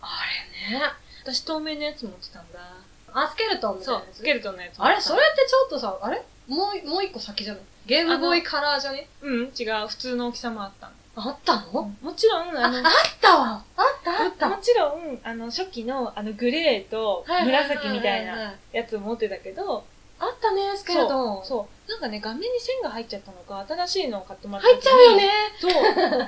Speaker 2: あれね。
Speaker 1: 私透明のやつ持ってたんだ。
Speaker 2: あ、スケルトンみたい
Speaker 1: そ
Speaker 2: な
Speaker 1: う
Speaker 2: や、つ
Speaker 1: スケルトンのやつ。
Speaker 2: あれそれってちょっとさ、あれもう、もう一個先じゃないゲームボーイカラーじゃね
Speaker 1: うん、違う。普通の大きさもあったの。
Speaker 2: あったの
Speaker 1: もちろん、
Speaker 2: あ、あ
Speaker 1: あの、
Speaker 2: ったわあったあった
Speaker 1: もちろん、あの、初期の、あの、グレーと
Speaker 2: はいはいはいはい
Speaker 1: 紫みたいなやつを持ってたけど、
Speaker 2: あったね、スケルトン。
Speaker 1: そう。なんかね、画面に線が入っちゃったのか、新しいのを買ってもらった
Speaker 2: 入っちゃうよね。
Speaker 1: ね。 そ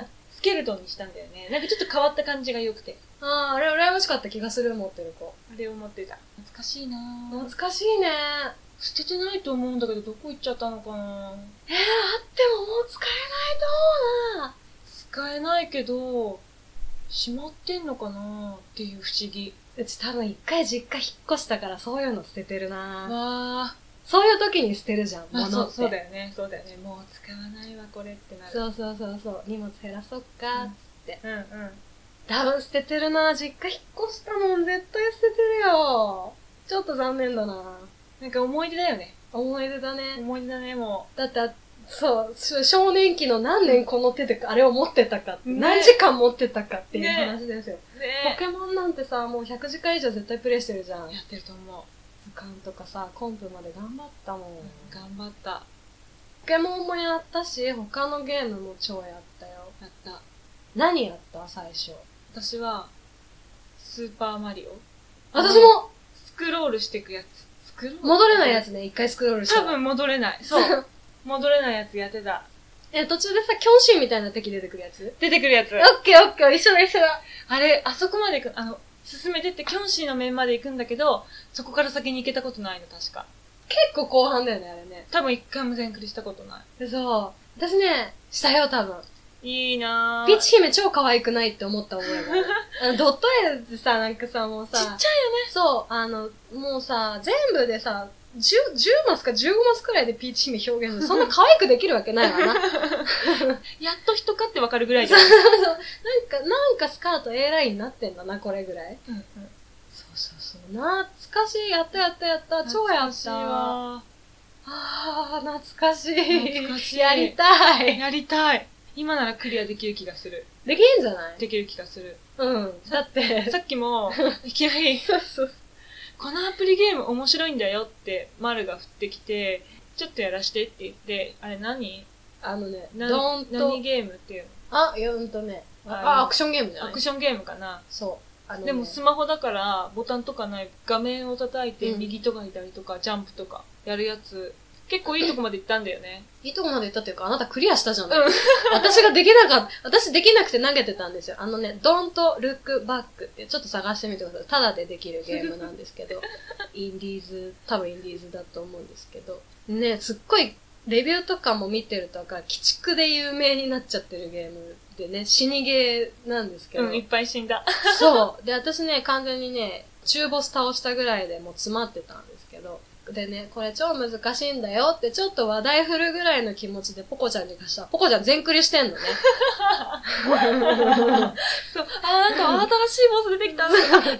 Speaker 1: う。スケルトンにしたんだよね。なんかちょっと変わった感じが良くて。
Speaker 2: あー、あれ羨ましかった気がする、持ってる子。
Speaker 1: あれを持ってた。懐かしいなぁ
Speaker 2: 懐。かしいね。
Speaker 1: 捨ててないと思うんだけど、どこ行っちゃったのかなぁ。
Speaker 2: えー、あってももう使えないと思うな。
Speaker 1: 使えないけど、しまってんのかなぁっていう不思議。
Speaker 2: うち多分一回実家引っ越したからそういうの捨ててるな
Speaker 1: わ
Speaker 2: そういう時に捨てるじゃん、
Speaker 1: まあ、
Speaker 2: 物
Speaker 1: そ
Speaker 2: っ
Speaker 1: う
Speaker 2: て。
Speaker 1: そうだよね。そうだよね。もう使わないわ、これってなる。
Speaker 2: そうそうそうそう荷物減らそっか、
Speaker 1: うん
Speaker 2: つって。
Speaker 1: うんうん。
Speaker 2: 多分捨ててるな実家引っ越したもん、絶対捨ててるよ。ちょっと残念だな
Speaker 1: なんか思い出だよね。
Speaker 2: 思い出だね。
Speaker 1: 思い出だね、も
Speaker 2: だって、そう、し少年期の何年この手であれを持ってたか、
Speaker 1: ね
Speaker 2: 何時間持ってたかっていう
Speaker 1: ね
Speaker 2: 話ですよ。
Speaker 1: う。
Speaker 2: ポケモンなんてさ、もう100時間以上絶対プレイしてるじゃん。
Speaker 1: やってると思
Speaker 2: 図鑑とかさ、コンプまで頑張ったもん。
Speaker 1: う。うん頑張った。
Speaker 2: ポケモンもやったし、他のゲームも超やったよ。
Speaker 1: やった。
Speaker 2: 何やった最初。
Speaker 1: 私は、スーパーマリオ。
Speaker 2: 私も
Speaker 1: スクロールしていくやつ。スクロール
Speaker 2: 戻れないやつね、一回スクロールした
Speaker 1: 多
Speaker 2: ら。
Speaker 1: 分戻れない。 そう。戻れないやつやってた。
Speaker 2: え、途中でさ、キョンシーみたいな敵出てくるやつ
Speaker 1: 出てくるやつ
Speaker 2: オ。ッケーオッケー、一緒だ一緒だ。
Speaker 1: あれ、あそこまで行く、あの、進めてって、キョンシーの面まで行くんだけど、そこから先に行けたことないの、確か。
Speaker 2: 結構後半だよね、あれね。
Speaker 1: 多分一回も全クリしたことな
Speaker 2: でそう。私ね、したよ、多分。
Speaker 1: い。いいなぁ。
Speaker 2: ピーチ姫超可愛くないって思った覚えがあ るあの。ドット絵ってさ、なんかさ、もうさ、
Speaker 1: ちっちゃいよね。
Speaker 2: そう、あの、もうさ、全部でさ、10、10マスか15マスくらいでピーチ姫表現す る。そんな可愛くできるわけないわ な。なんか、
Speaker 1: やっと人かってわかるぐらいだよ。
Speaker 2: なんかスカート A ラインになってんだな、これぐらい。
Speaker 1: うんうん。
Speaker 2: そうそうそう。懐かしい。やったやったやった。超やっ
Speaker 1: 懐
Speaker 2: た。
Speaker 1: かしいわ
Speaker 2: あー、懐かしい。
Speaker 1: 懐かしい
Speaker 2: やりたい。
Speaker 1: やりたい。今ならクリアできる気がする。
Speaker 2: できるんじゃない
Speaker 1: できる気がする。
Speaker 2: うん。だって、
Speaker 1: さっき も、いきなり、
Speaker 2: そうそう。
Speaker 1: このアプリゲーム面白いんだよって、丸が降ってきて、ちょっとやらしてって言って、あれ何
Speaker 2: あのね、ド
Speaker 1: な
Speaker 2: ーンと
Speaker 1: 何、ゲームっていう
Speaker 2: あ、いやうんとね、
Speaker 1: あ
Speaker 2: あ、アクションゲームじゃ
Speaker 1: の
Speaker 2: な
Speaker 1: ア
Speaker 2: い
Speaker 1: クションゲームかな
Speaker 2: そう。あのね
Speaker 1: でもスマホだから、ボタンとかない、画面を叩いて
Speaker 2: うん
Speaker 1: 右とか左とか、ジャンプとか、やるやつ、結構いいとこまで行ったんだよ ね。
Speaker 2: いいとこまで行ったっていうか、あなたクリアしたじゃない、
Speaker 1: うん
Speaker 2: 私ができなかった、私できなくて投げてたんですよ。あのね、ドンとルックバックって、ちょっと探してみてください。ただでできるゲームなんで すけど、インディーズ、多分インディーズだと思うんですけど、ね、すっごい、レビューとかも見てるとか、鬼畜で有名になっちゃってるゲームでね、死にゲーなんですけど、
Speaker 1: うん、いっぱい死んだ。
Speaker 2: そう。で、私ね、完全にね、中ボス倒したぐらいでもう詰まってたんですけど、でね、これ超難しいんだよってちょっと話題振るぐらいの気持ちでポコちゃんに貸した。ポコちゃん全クリしてんの ね。
Speaker 1: そう、あー、なんか新しいボス出てきたな。でもなんか倒せそう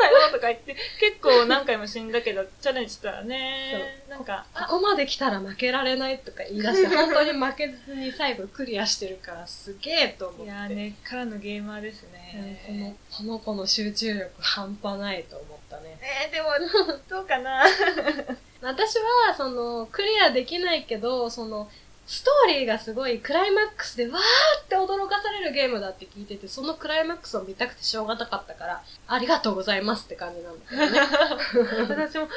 Speaker 1: だよとか言って、結構何回も死んだけど、 チャレンジしたらね。なんか、あ
Speaker 2: ここまで来たら負けられないとか言い出して、本当に負けずに最後クリアしてるからすげえと思
Speaker 1: い
Speaker 2: っ
Speaker 1: やー
Speaker 2: て。
Speaker 1: ね、からのゲーマーですね。
Speaker 2: うんこの、この子の集中力半端ないと思ったね。
Speaker 1: えー、でも、どうかな。
Speaker 2: 私は、その、クリアできないけど、その、ストーリーがすごいクライマックスでわーって驚かされるゲームだって聞いてて、そのクライマックスを見たくてしょうがなかったから、ありがとうございますって感じなんだけどね。
Speaker 1: 私も、え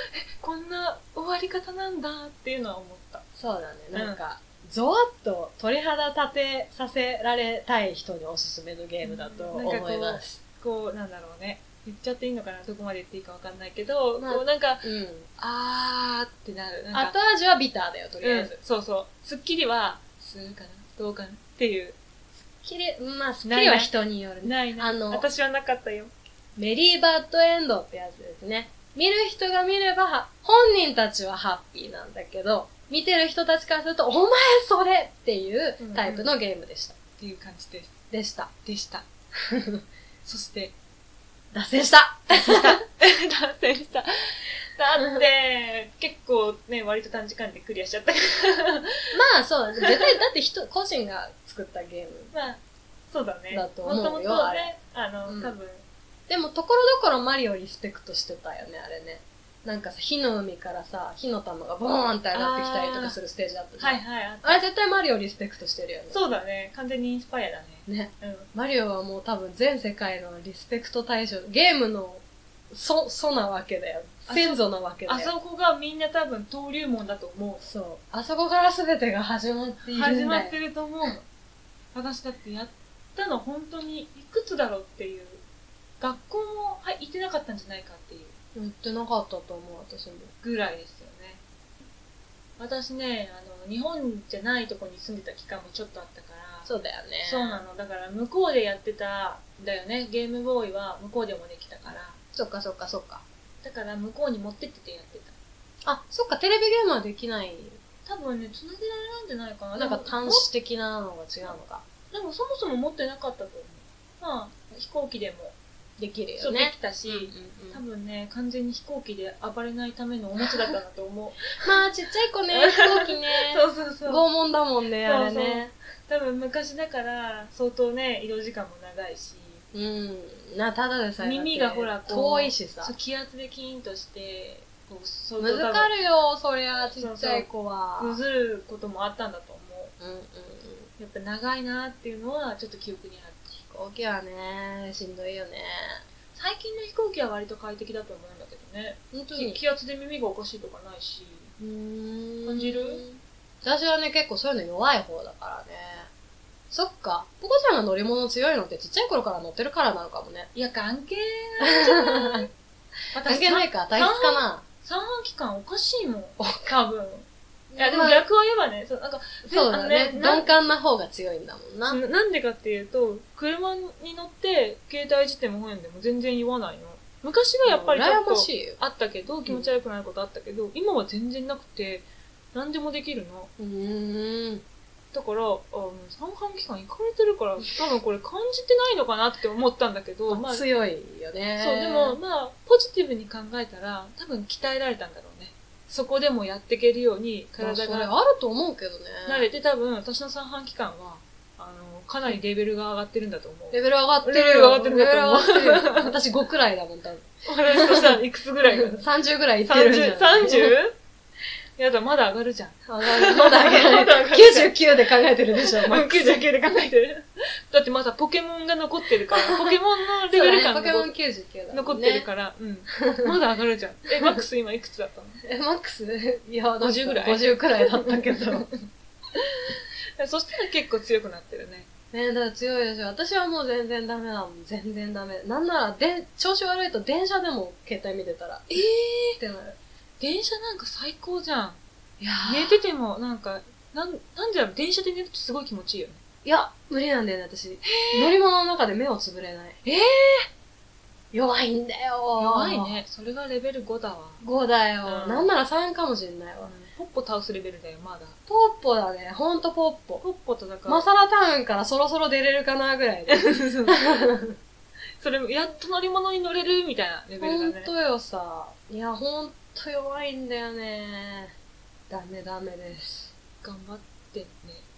Speaker 1: こんな終わり方なんだっていうのは思った。
Speaker 2: そうだね、なんか、ゾワッと鳥肌立てさせられたい人におすすめのゲームだと思います。
Speaker 1: こう、なんだろうね。言っちゃっていいのかなどこまで言っていいかわかんないけど、
Speaker 2: まあ
Speaker 1: こうなんか、
Speaker 2: うん。
Speaker 1: あーってなる。なんか
Speaker 2: 後味はビターだよ、とりあえず。
Speaker 1: うん、そうそう。スッキリは、するかなどうかなっていう。
Speaker 2: きれ、まあ、スッキリは人によるね。
Speaker 1: ないな。
Speaker 2: あの
Speaker 1: 私はなかったよ。
Speaker 2: メリーバッドエンドってやつですね。見る人が見ればは、本人たちはハッピーなんだけど、見てる人たちからすると、お前それっていうタイプのゲームでした。
Speaker 1: っていう感じ です。
Speaker 2: でした。
Speaker 1: でした。そして、
Speaker 2: 脱線した
Speaker 1: 達成した。だって、結構ね、割と短時間でクリアしちゃったか
Speaker 2: まあそう、絶対、だって人、 個人が作ったゲーム。
Speaker 1: ら。まあ、そうだね。
Speaker 2: だと思うよ
Speaker 1: もともとね、あ
Speaker 2: う
Speaker 1: の、
Speaker 2: ん
Speaker 1: 多分、
Speaker 2: でも、ところどころマリオリスペクトしてたよね、あれね。なんかさ、火の海からさ、火の玉がボーンって上がってきたりとかするステージだったじゃん
Speaker 1: はいはい。あ
Speaker 2: あれ絶対マリオリスペクトしてるよね。
Speaker 1: そうだね。完全にインスパイアだね。
Speaker 2: ね。
Speaker 1: うん。
Speaker 2: マリオはもう多分全世界のリスペクト対象、ゲームの祖、祖なわけだよ。
Speaker 1: あ
Speaker 2: 先祖なわけだよ。
Speaker 1: あそこがみんな多分登竜門だと思
Speaker 2: そう。あそこから全てが始まっ
Speaker 1: う。
Speaker 2: ているんだよ。
Speaker 1: 始まってると思うの。私だってやったの本当にいくつだろうっていう。学校もはい行ってなかったんじゃないかっていう
Speaker 2: 言ってなかったと思う、私も。
Speaker 1: ぐらいですよね。私ね、あの、日本じゃないとこに住んでた期間もちょっとあったから。
Speaker 2: そうだよね。
Speaker 1: そうなの。だから向こうでやってたんだよね。ゲームボーイは向こうでもできたから。
Speaker 2: そっかそっかそっか。
Speaker 1: だから向こうに持ってっててやってた。
Speaker 2: あ、そっか、テレビゲームはできない。
Speaker 1: 多分ね、繋げられないんじゃないかな。
Speaker 2: なんか
Speaker 1: でも
Speaker 2: 端子的なのが違うのか。
Speaker 1: でもそもそも持ってなかったと思う。まあ、飛行機でも、
Speaker 2: できる
Speaker 1: そ
Speaker 2: よ
Speaker 1: うで
Speaker 2: ね。
Speaker 1: きたし、
Speaker 2: うんうん
Speaker 1: 多分ね、完全に飛行機で暴れないためのおもちゃだったんだと思う。
Speaker 2: まあ、ちっちゃい子ね、飛行機ね。
Speaker 1: そうそうそう。
Speaker 2: 拷問だもんね、あれね。
Speaker 1: 多分昔だから、相当ね、移動時間も長いし、
Speaker 2: うん。な、ただでさえだって。
Speaker 1: 耳がほらこう
Speaker 2: 遠いしさ
Speaker 1: そう。気圧でキーンとして、こう、相
Speaker 2: むず
Speaker 1: 多
Speaker 2: か
Speaker 1: 分
Speaker 2: るよ、そりゃ、ちっちゃい子は。
Speaker 1: ぐずることもあったんだと思う。
Speaker 2: うんうんうん。
Speaker 1: やっぱ長いなっていうのは、ちょっと記憶にある。
Speaker 2: 飛行機はね、しんどいよね。
Speaker 1: 最近の飛行機は割と快適だと思うんだけどね。
Speaker 2: 本当
Speaker 1: 気圧で耳がおかしいとかないし。
Speaker 2: 感
Speaker 1: 感じる
Speaker 2: 私はね、結構そういうの弱い方だからね。そっか。ポコちゃんが乗り物強いのってちっちゃい頃から乗ってるからなのかもね。
Speaker 1: いや、関係ないんじゃない
Speaker 2: 関
Speaker 1: 私
Speaker 2: 係ないか、体質かな。
Speaker 1: 三半規管おかしいもん。多分。いや、でも
Speaker 2: まあ
Speaker 1: 逆を言えばね、そうなんか、
Speaker 2: そうだね。
Speaker 1: あの
Speaker 2: 鈍感な方が強いんだもんな。
Speaker 1: ななんでかっていうと、車に乗って、携帯自体も本んでも全然言わないの。昔はやっぱりちょっ
Speaker 2: 羨
Speaker 1: と
Speaker 2: ましいよ。
Speaker 1: あったけど、気持ち悪くなることあったけど、今は全然なくて、何でもできるの。
Speaker 2: うーん。
Speaker 1: だから、あもう三半規管いかれてるから、多分これ感じてないのかなって思ったんだけど、まあ、そう、
Speaker 2: 強いよね。
Speaker 1: でも、、まあ、ポジティブに考えたら、多分鍛えられたんだろうね。そこでもやっていけるように、体
Speaker 2: 体があ
Speaker 1: が
Speaker 2: ると思うけどね。
Speaker 1: 慣れて、多分、私の三半規管は、あの、かなりレベルが上がってるんだと思う。
Speaker 2: レベル上がってるよ。
Speaker 1: レベル上がってるんだと思う
Speaker 2: レベル上がってるよ私5くらいだもん、多分。
Speaker 1: 私としたらいくつぐらいが
Speaker 2: 30ぐらいいってるんじゃ
Speaker 1: ?30?30?
Speaker 2: ない
Speaker 1: やだ、まだ上がるじゃん。
Speaker 2: 上がるまだ上が
Speaker 1: ま
Speaker 2: る
Speaker 1: だ上がる
Speaker 2: 99で考えてるで しょ、マックス
Speaker 1: 99で考えてる。だってまだポケモンが残ってる から、ポケモンのレベル感
Speaker 2: そ
Speaker 1: が
Speaker 2: うだねポケモ
Speaker 1: 残
Speaker 2: ン99だ、ね。
Speaker 1: 残ってるから、うん。まだ上がるじゃん。 え、マックス今いくつだったの
Speaker 2: え、マックスいや、なんか
Speaker 1: 50ぐらい
Speaker 2: 50くらいだったけど。 ね
Speaker 1: えそしたら結構強くなってるね。
Speaker 2: だから強いでしょ。私はもう全然ダメだもん。全然ダメ。なんなら、で、調子悪いと電車でも携帯見てたら、えーってなる。
Speaker 1: 電車なんか最高じゃん。
Speaker 2: いや
Speaker 1: 寝てても、なんか、なん、なんでだろう、電車で寝るとすごい気持ちいいよね。
Speaker 2: いや、無理なんだよね、私。乗り物の中で目をつぶれない。
Speaker 1: えー
Speaker 2: 弱いんだよ
Speaker 1: 弱い。ね。それがレベル5だわ。
Speaker 2: 5だよ。
Speaker 1: うん
Speaker 2: なんなら3かもしんないわ。
Speaker 1: ポッポ倒すレベルだよ、まだ。
Speaker 2: ポッポだね。ほんとポッポ。
Speaker 1: ポッポとだから。
Speaker 2: マサラタウンからそろそろ出れるかなぐらいで。
Speaker 1: それも、やっと乗り物に乗れるみたいなレベルだ
Speaker 2: ほん
Speaker 1: ね。
Speaker 2: とよさ。いや、ほんと弱いんだよね。ダメダメです。
Speaker 1: 頑張ってね。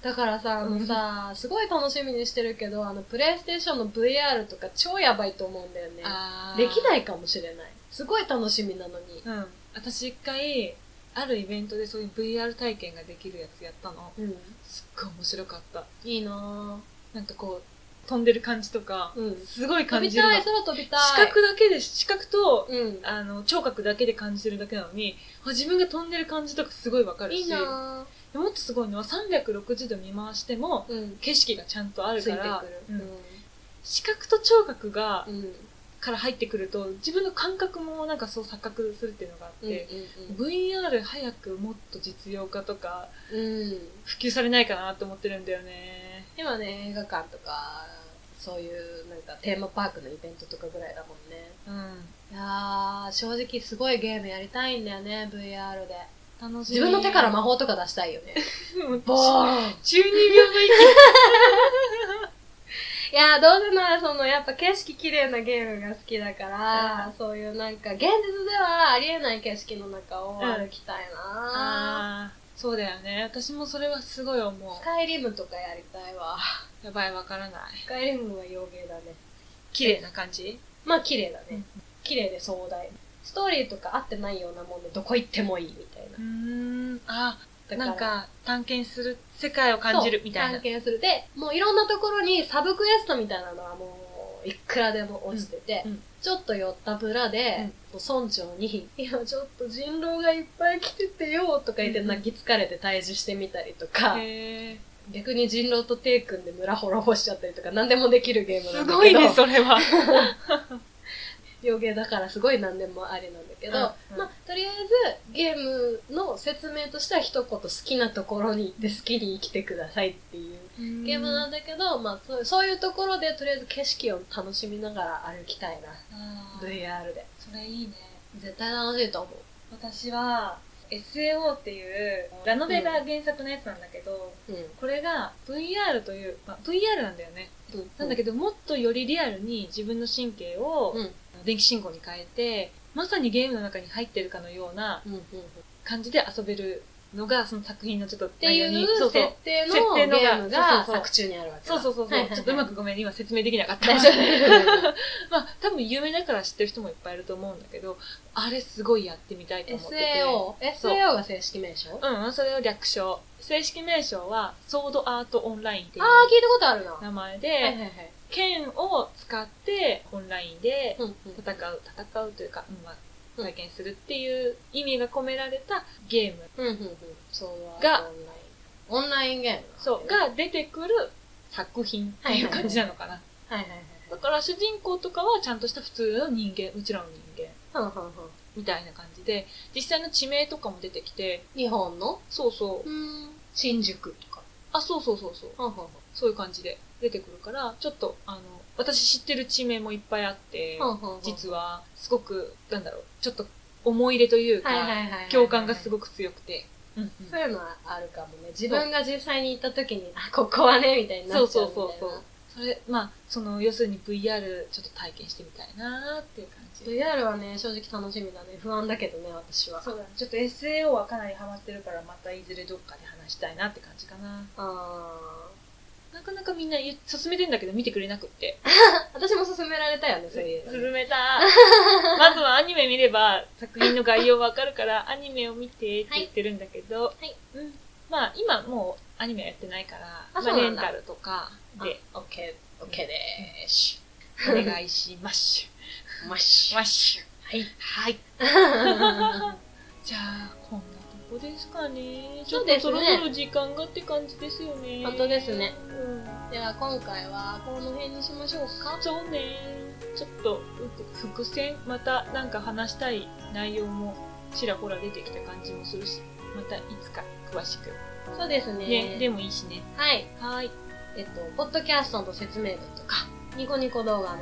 Speaker 2: だからさ、あのさ、すごい楽しみにしてるけど、あの、プレイステーションの VR とか超やばいと思うんだよね。
Speaker 1: あ
Speaker 2: でき
Speaker 1: い
Speaker 2: ないかもしれない。すごい楽しみなのに。
Speaker 1: うん。私一回、あるイベントでそういう VR 体験ができるやつやったの。
Speaker 2: うん。
Speaker 1: すっごい面白かった。
Speaker 2: いいな
Speaker 1: なんかこう、飛んでる感じとか、
Speaker 2: ぁ。うん。
Speaker 1: すごい
Speaker 2: 飛
Speaker 1: 感
Speaker 2: び
Speaker 1: じるの。
Speaker 2: たい、空飛びたい。
Speaker 1: 視覚だけで、視覚と、
Speaker 2: うん。
Speaker 1: あの、聴覚だけで感じてるだけなのに、あ自分が飛んでる感じとかすごいわかるし、
Speaker 2: いいな
Speaker 1: でもっとすごいのは360度見回しても、
Speaker 2: ぁ。うん。
Speaker 1: 景色がちゃんとある
Speaker 2: つい
Speaker 1: か
Speaker 2: てくる
Speaker 1: ら、うん視覚と聴覚が、
Speaker 2: うん。うん。
Speaker 1: から入ってくると、自分の感覚もなんかそう錯覚するっていうのがあっ
Speaker 2: うん
Speaker 1: て、VR 早くもっと実用化とか、
Speaker 2: うん。うん。
Speaker 1: 普及されないかなと思ってるんだよね。
Speaker 2: 今ね、映画館とか、そういうなんかテーマパークのイベントとかぐらいだもんね。
Speaker 1: うん。
Speaker 2: いやー、正直すごいゲームやりたいんだよね、VR で。
Speaker 1: 楽しい。
Speaker 2: 自分の手か ら魔法とか出したいよね。
Speaker 1: もう
Speaker 2: ボーン
Speaker 1: 中二病の域
Speaker 2: いやー、どうせならその、やっぱ景色綺麗なゲームが好きだから、
Speaker 1: うん
Speaker 2: そういうなんか、現実ではありえない景色の中を
Speaker 1: うん
Speaker 2: 歩きたいな
Speaker 1: あーそうだよね。私もそれはすごい思
Speaker 2: ー、ス
Speaker 1: う。
Speaker 2: カイリムとかやりたいわ。
Speaker 1: やばい、わからない。
Speaker 2: スカイリムは洋芸だね。
Speaker 1: 綺麗な感じ
Speaker 2: まあ綺麗だ
Speaker 1: う
Speaker 2: ね
Speaker 1: ん。
Speaker 2: 綺麗で壮大。ストーリーとか合ってないようなもんで、どこ行ってもいいみたいな。
Speaker 1: うーん。あ、
Speaker 2: だら
Speaker 1: なんか、探検する、世界を感じるみたい
Speaker 2: そう
Speaker 1: な。
Speaker 2: 探検する。で、もういろんなところにサブクエストみたいなのはもう、いくらでも落ちてて、
Speaker 1: うんうん
Speaker 2: ちょっと寄った村で、村長に、今ちょっと人狼がいっぱい来ててよとか言って
Speaker 1: うんうん
Speaker 2: 泣き疲れて退治してみたりとか、
Speaker 1: へー
Speaker 2: 逆に人狼と手組んで村滅ぼしちゃったりとか、何でもできるゲームな
Speaker 1: す
Speaker 2: んだけど。
Speaker 1: ごいね、それ は。
Speaker 2: 洋芸だからすごい何でもありなんだけど、
Speaker 1: うんうん
Speaker 2: まあ、とりあえずゲームの説明としては一言好きなところに行って好きに生きてくださいっていうゲームなんだけど、まあそう、そういうところでとりあえず景色を楽しみながら歩きたいな。
Speaker 1: あー
Speaker 2: VR で。
Speaker 1: それいいね。
Speaker 2: 絶対楽しいと思う。
Speaker 1: 私は、 SAO っていう、ラノベが原作のやつなんだけど、
Speaker 2: うん。
Speaker 1: これが VR という、まあ、VR なんだよね。なんだけど、もっとよりリアルに自分の神経を
Speaker 2: うん。うん。
Speaker 1: 電気信号に変えて、まさにゲームの中に入ってるかのような
Speaker 2: うん。うん。っ
Speaker 1: 感じで遊べるのが、その作品のちょっとって
Speaker 2: いう
Speaker 1: そうそう
Speaker 2: 設定の
Speaker 1: 設定のが
Speaker 2: ゲーム
Speaker 1: そうそ
Speaker 2: が
Speaker 1: うそう
Speaker 2: 作中にあるわけ
Speaker 1: そ
Speaker 2: だ
Speaker 1: うそうそうそう、
Speaker 2: はいはいはい
Speaker 1: ちょっとうまくごめん、今説明できなかった。
Speaker 2: 大丈夫。
Speaker 1: まあ、多分有名だから知ってる人もいっぱいいると思うんだけど、あれすごいやってみ たいと思ってて。
Speaker 2: SAO。SAO が正式名称あ
Speaker 1: うん、それを略称。正式名称は、ソードアートオンラインっていう
Speaker 2: あ、聞いたことあるな。は
Speaker 1: 名前
Speaker 2: いはい
Speaker 1: で、
Speaker 2: はい。
Speaker 1: 剣を使ってオンラインで
Speaker 2: うん。
Speaker 1: 戦う、戦うというか、うんまあ
Speaker 2: うん
Speaker 1: 体験するっていう意味が込められたゲーム。
Speaker 2: うん。うん。うん。そう
Speaker 1: が
Speaker 2: オンライン。オンラインゲームなの。
Speaker 1: そう、が出てくる作品っていう感じなのかな。
Speaker 2: はいはいはい。
Speaker 1: だから主人公とかはちゃんとした普通の人間、うちらの人間。
Speaker 2: はんはんはん。
Speaker 1: みたいな感じで、実際の地名とかも出てきて、
Speaker 2: 日本の
Speaker 1: そうそう。
Speaker 2: ん。新宿とか。
Speaker 1: あ、そうそうそうそう。
Speaker 2: はんはんはん。
Speaker 1: そういう感じで出てくるから、ちょっと、あの、私知ってる地名もいっぱいあって、実
Speaker 2: は、
Speaker 1: は、すごく、なんだろう、ちょっと思い入れというか、
Speaker 2: はいはいはいはい、
Speaker 1: 共感がす
Speaker 2: く。
Speaker 1: ごく強くて。うんうん
Speaker 2: そういうのはあるかもね。自分が実際に行った時に、あ、ここはね、みたいにな
Speaker 1: そう
Speaker 2: っちゃ
Speaker 1: そううん
Speaker 2: だ
Speaker 1: そう
Speaker 2: よな。
Speaker 1: そう。それ、まあ、その、要するに VR ちょっと体験してみたいなーっていう感じ。
Speaker 2: VR はね、正直楽しみだね。不安だけどね、私は。
Speaker 1: そうだね。ちょっと SAO はかなりハマってるから、またいずれどっかで話したいなって感じかな。
Speaker 2: あ
Speaker 1: なかなかみんな言勧めてんだけど見てくれなくって。
Speaker 2: ー私も勧められたよね、そういうのね。
Speaker 1: 勧めた。 まずはアニメ見れば作品の概要わかるから、アニメを見てって言ってるんだけど、
Speaker 2: い
Speaker 1: うん、まあ今もうアニメはやってないから、ま
Speaker 2: あそ
Speaker 1: あ、
Speaker 2: う
Speaker 1: レ
Speaker 2: な
Speaker 1: ン
Speaker 2: んだ
Speaker 1: タルとかで
Speaker 2: で、OK、OK でーし。
Speaker 1: お願いします。
Speaker 2: マッシュ。
Speaker 1: マッシュ。
Speaker 2: はい。
Speaker 1: はい。じゃあ、こんなとこですかね。ちょっ
Speaker 2: そう
Speaker 1: と
Speaker 2: です
Speaker 1: そ
Speaker 2: ね
Speaker 1: ろそろ時間がって感じですよね。
Speaker 2: 本当ですね
Speaker 1: うん。
Speaker 2: では今回はこの辺にしましょうか。
Speaker 1: そうね。ちょっと、伏線、またなんか話したい内容もちらほら出てきた感じもするし、またいつか詳しく。
Speaker 2: そうです
Speaker 1: ね、
Speaker 2: ね。
Speaker 1: でもいいしね。
Speaker 2: はい。
Speaker 1: はい。
Speaker 2: えっと、ポッドキャストの説明文とか、ニコニコ動画の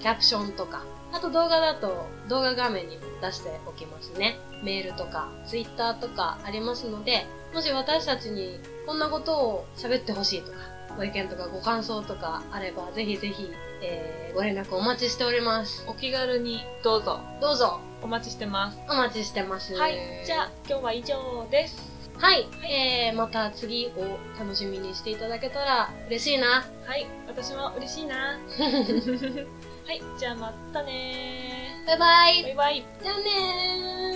Speaker 2: キャプションとか、あと動画だと動画画面にも出しておきますね。メールとか、ツイッターとかありますので、もし私たちにこんなことを喋ってほしいとか、ご意見とかご感想とかあれば、ぜひぜひ、えー、ご連絡お待ちしております。
Speaker 1: お気軽にどうぞ
Speaker 2: どうぞ、
Speaker 1: お待ちしてます。
Speaker 2: お待ちしてます。
Speaker 1: はい。じゃあ、今日は以上です。
Speaker 2: はい、えー、また次を楽しみにしていただけたら嬉しいな。
Speaker 1: はい。私も嬉しい な。はい。じゃあ、またね
Speaker 2: バイバ
Speaker 1: バ
Speaker 2: イ。
Speaker 1: イバイ。
Speaker 2: じゃあねー。